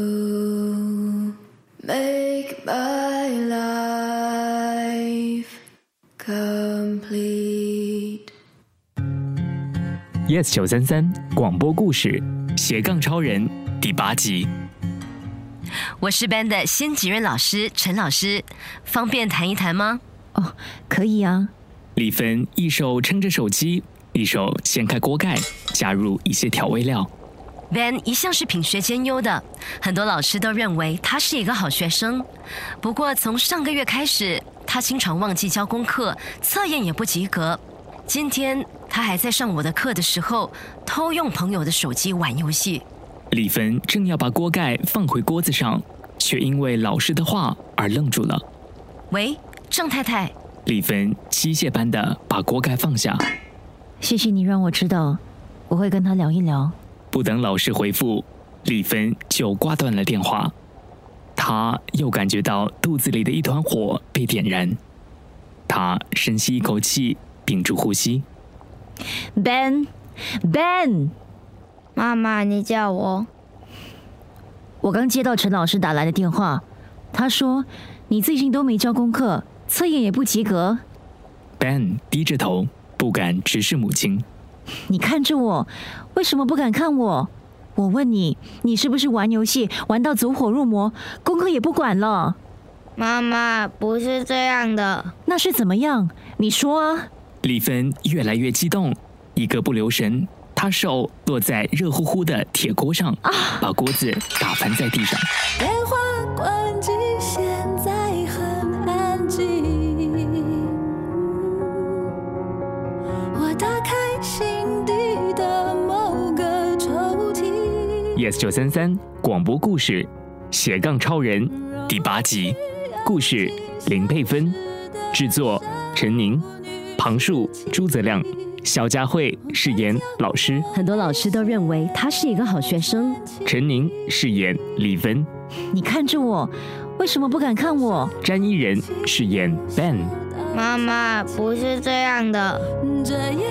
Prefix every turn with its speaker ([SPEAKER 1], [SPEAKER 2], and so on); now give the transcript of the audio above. [SPEAKER 1] You make my life complete.
[SPEAKER 2] Yes 九三三广播故事《斜杠超人》第八集。
[SPEAKER 3] 我是班的新几任老师陈老师，方便谈一谈吗？
[SPEAKER 4] 哦，可以啊。
[SPEAKER 2] 丽芬一手撑着手机，一手掀开锅盖，加入一些调味料。
[SPEAKER 3] Van 一向是品学兼优的，很多老师都认为他是一个好学生。不过从上个月开始，他经常忘记交功课，测验也不及格。今天他还在上我的课的时候，偷用朋友的手机玩游戏。
[SPEAKER 2] 丽芬正要把锅盖放回锅子上，却因为老师的话而愣住了。
[SPEAKER 3] 喂，郑太太，
[SPEAKER 2] 丽芬机械般的把锅盖放下，
[SPEAKER 4] 谢谢你让我知道，我会跟他聊一聊。
[SPEAKER 2] 不等老师回复，丽芬就挂断了电话。她又感觉到肚子里的一团火被点燃，她深吸一口气，屏住呼吸。
[SPEAKER 4] Ben，Ben，
[SPEAKER 5] 妈妈，你叫我，
[SPEAKER 4] 我刚接到陈老师打来的电话，他说你最近都没交功课，测验也不及格。
[SPEAKER 2] Ben 低着头，不敢直视母亲。
[SPEAKER 4] 你看着我，为什么不敢看我？我问你，你是不是玩游戏玩到走火入魔，功课也不管了？
[SPEAKER 5] 妈妈不是这样的，
[SPEAKER 4] 那是怎么样？你说啊！
[SPEAKER 2] 丽芬越来越激动，一个不留神，她手落在热乎乎的铁锅上，把锅子打翻在地上。
[SPEAKER 1] 电话关机，现在很安静。我打开心底的某个抽屉。
[SPEAKER 2] Yes 九三三广播故事《斜杠超人》第八集，故事林佩芬，制作陈宁，旁述朱泽亮，肖佳慧饰演老师，
[SPEAKER 3] 很多老师都认为他是一个好学生。
[SPEAKER 2] 陈宁饰演李芬，
[SPEAKER 4] 你看着我，为什么不敢看我？
[SPEAKER 2] 詹依人饰演 Ben。
[SPEAKER 5] 妈妈不是这样的。
[SPEAKER 1] 这夜